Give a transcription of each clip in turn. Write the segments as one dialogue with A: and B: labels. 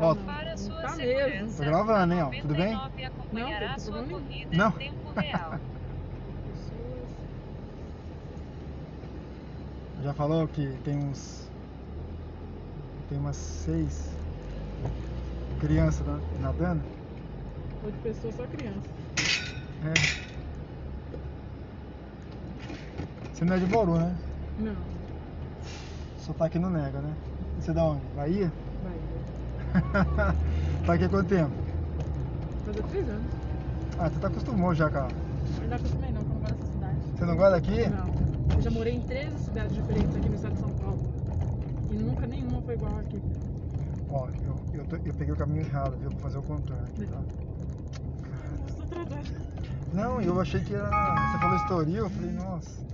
A: Ó,
B: Para a sua
C: Tá
B: segurança,
C: mesmo.
A: Tô gravando, hein, ó. Tudo bem?
B: 99 acompanhará
C: Não, tá
B: sua
C: tudo bem.
B: corrida
A: Não.
B: em tempo um real.
A: Já falou que tem uns. Tem umas seis crianças na- nadando?
C: Oito pessoas, só criança.
A: É. Você não é de Bauru, né?
C: Não,
A: Só tá aqui no Nega, né? E Você é da onde? Bahia?
C: Bahia.
A: tá aqui há quanto tempo?
C: Fazer três anos.
A: Ah, você tá acostumou já, cara.
C: Eu não acostumei não, porque eu não gosto dessa cidade.
A: Você não gosta daqui?
C: Não. Eu já morei em três cidades diferentes aqui no estado de São Paulo. E nunca nenhuma foi igual aqui.
A: Ó, eu, eu, tô- eu peguei o caminho errado, viu? Vou fazer o contorno aqui, tá?
C: Eu sou atrasada.
A: Não, eu achei que era. Você falou Estoril, eu falei, nossa.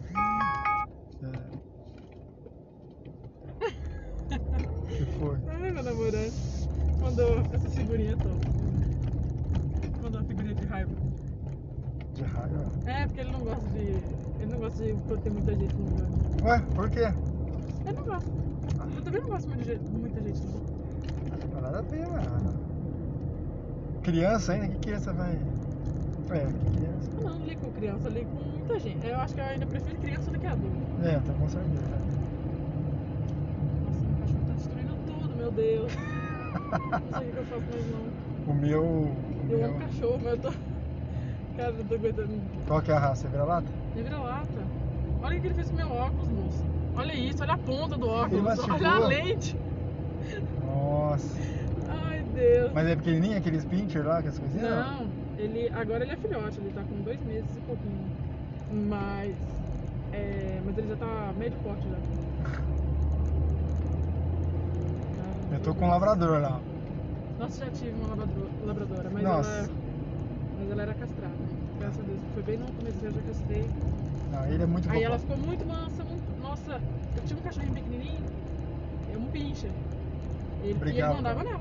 A: É. que foi?
C: Ai, meu namorado. Mandou essa figurinha toda. Mandou uma figurinha de raiva.
A: De raiva.
C: É, porque ele não gosta de. Ele não gosta de quando tem muita gente no lugar.
A: Ué, por quê?
C: Eu não gosto. Eu também não gosto muito de gente- muita gente no lugar.
A: Não nada a ver, mano. Criança ainda? Que criança vai. É, que criança.
C: Eu não ligo com criança, eu ligo com muita gente. Eu acho que eu ainda prefiro criança do que adulto.
A: É, tá com certeza.
C: Nossa, meu cachorro tá destruindo tudo, meu Deus. Não sei o que eu faço mais não.
A: O meu. O
C: Eu amo
A: meu.
C: cachorro, mas eu tô. Cara, eu tô aguentando.
A: Qual que é a raça? É vira-lata?
C: Ele vira lata. Olha o que ele fez com meu óculos, moço. Olha isso, olha a ponta do
A: Ele
C: óculos.
A: mastigou.
C: Olha a lente.
A: Nossa.
C: Ai, Deus.
A: Mas é pequenininho aqueles pincher lá, aquelas coisinhas?
C: Não, ele. Agora ele é filhote, ele tá com dois meses e pouquinho. Mas. é, mas ele já tá médio porte já. Ah,
A: Eu tô com um labrador lá.
C: Nossa, já tive uma labrador- labradora, mas
A: Nossa.
C: ela, mas ela era castrada. Graças a Deus. Foi bem no começo, eu já castrei.
A: Não, ele é muito
C: Aí
A: bom.
C: ela ficou muito mansa, muito. Nossa, eu tinha um cachorrinho pequenininho, é um pincher. Ele, e ele
A: Brigava.
C: mandava nela.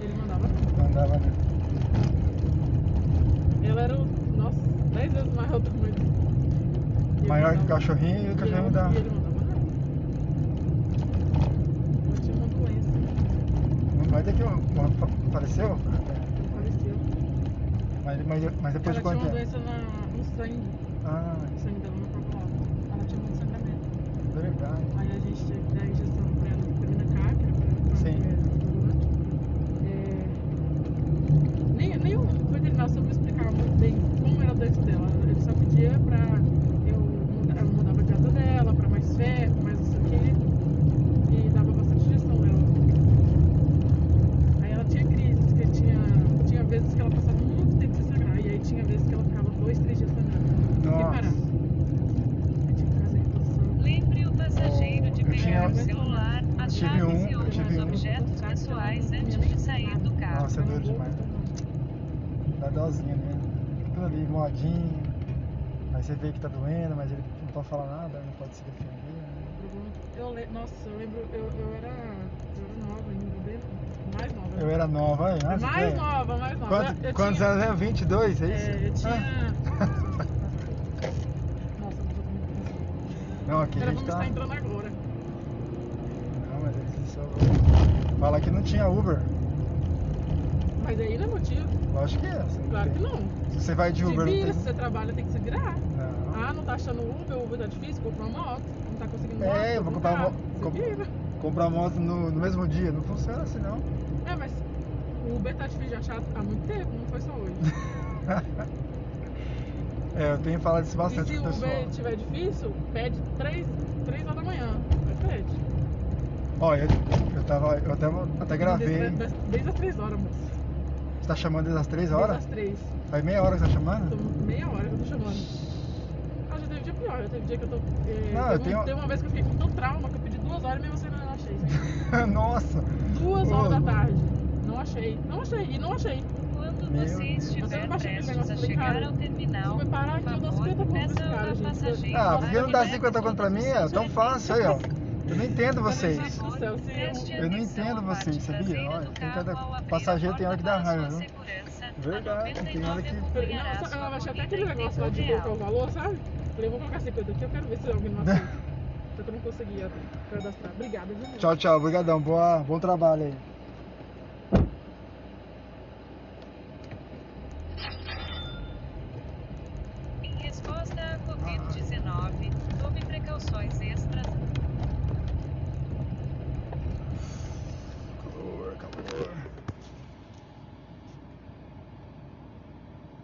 C: Ele mandava nela.
A: Andava né?
C: Ela era, o- nossa, 10 vezes maior do tamanho. E ele
A: maior que o
C: mandava-
A: cachorrinho e o cachorrinho
C: ele-
A: da.
C: E ele mandava nela. Ela tinha uma doença,
A: Não vai ter que. um- Apareceu?
C: ela faleceu.
A: Mas, mas, mas depois
C: Ela
A: de
C: tinha
A: quanto
C: uma
A: tempo?
C: doença na, no sangue.
A: Ah, é
C: O sangue dela não coagulava. Ela tinha muito sangramento.
A: verdade.
C: Aí a gente teve que dar injeção pra ela de vitamina K, que era é né? pra, pra
A: Sim.
C: mulher ambulante. É, nem, nem o veterinário soube explicar muito bem como era a doença dela. Ele só pedia pra eu muda- ela mudava a dieta dela, pra mais ferro, mais não sei o quê. E dava bastante injeção nela. Aí ela tinha crises, que tinha, tinha vezes que ela passava muito tempo sem sangrar, e aí tinha vezes que ela ficava dois, três dias sangrando. Sem parar.
A: Nossa.
C: Aí tinha que fazer reposição.
B: Lembre o passageiro de
A: Eu tinha- um,
B: pegar o celular,
A: eu
B: as
A: tive
B: chaves
A: um,
B: e
A: eu
B: outros
A: tive um.
B: objetos pessoais antes de sair do carro.
A: Nossa, é duro demais. Dá dozinha, né? Tudo ali, moadinho. Aí você vê que tá doendo, mas ele não pode falar nada, não pode se defender. né?
C: Eu le... Nossa, eu lembro, eu, eu, era, eu era nova ainda, bem mais nova.
A: Eu era nova, é, hein? Nossa,
C: mais
A: velho.
C: nova, mais nova.
A: Quanto-
C: eu
A: quantos
C: tinha...
A: anos é? 22, é isso?
C: É, eu
A: Ah,
C: tinha... Nossa, eu não tô com muito tempo.
A: não, aqui a
C: Era
A: gente
C: vamos
A: tá.
C: estar entrando agora.
A: Não, mas aqui só. Fala que não tinha Uber.
C: Mas aí não é motivo.
A: Lógico que é. Você não
C: Claro
A: tem.
C: que não.
A: Se você vai de
C: se
A: Uber, não
C: vira,
A: tem.
C: se você trabalha, tem que se virar.
A: Não.
C: Ah, não tá achando Uber, o Uber tá difícil, comprar uma moto. Não tá conseguindo
A: É,
C: moto.
A: eu vou
C: não
A: comprar
C: dá.
A: uma mo-
C: Se
A: comp-
C: vira.
A: Comprar moto no, no mesmo dia, não funciona assim não.
C: É, mas o Uber tá difícil de achar há muito tempo, não foi só hoje.
A: É, eu tenho falado isso bastante
C: e se
A: com o
C: o
A: pessoal.
C: Uber tiver difícil, pede 3, três horas da manhã. É Mas pede.
A: Olha, eu, eu tava. Eu até, eu até gravei.
C: Desde, das- desde as 3 horas, moço.
A: Você tá chamando desde as 3
C: Desde
A: horas?
C: as 3.
A: Faz meia hora que você tá chamando?
C: Então, meia hora que eu tô chamando. Ah, já teve dia pior. Já teve dia que eu tô. eh,
A: Não,
C: teve,
A: Ah, eu
C: um-
A: tenho-
C: teve uma vez que eu fiquei com tanto trauma que eu pedi duas horas e mesmo assim eu não achei.
A: Nossa!
C: Duas
A: Ô,
C: horas da
A: louco.
C: tarde. Não achei. Não achei. E não achei.
B: Quando
A: Meu
B: você
A: Deus.
C: Mas eu
B: estiver
C: não tá baixei aquele
B: prestes a
C: negócio, falei,
B: chegar
C: cara,
B: ao terminal,
C: se eu parar
B: por
C: aqui, eu dou
B: favor,
C: 50 conto
B: peça
C: pra
B: ao
C: esse cara, gente.
A: Ah,
B: passageiro
C: Nossa,
A: por que não
B: que
A: dá
B: leve
A: 50 conto pra mim? É
B: todas
A: tão
B: as
A: fácil aí, ó. Eu não entendo
C: Mas
A: vocês.
C: do céu, se eu-
B: Preste
A: eu não
B: atenção
A: entendo
B: à
A: vocês,
B: parte
A: sabia?
B: traseira
A: Olha,
B: do
A: tem
B: carro
A: cada-
B: ao abrir a
A: passageiro tem hora que dá
B: porta para
A: raiva,
B: sua
A: né?
B: segurança. A
A: Verdade, tem
B: 99
A: hora que-
C: Falei,
B: acompanhará
C: Não, só-
B: sua
C: ela vai achar até
B: corrida
C: aquele
B: em
C: negócio
B: tempo
C: lá de
B: real.
C: colocar o valor, sabe? Falei, vou colocar 50 aqui, eu quero ver se alguém não é aceita. Só que eu não conseguia cadastrar. Obrigada, viu?
A: Tchau, tchau. Obrigadão. Boa, bom trabalho aí.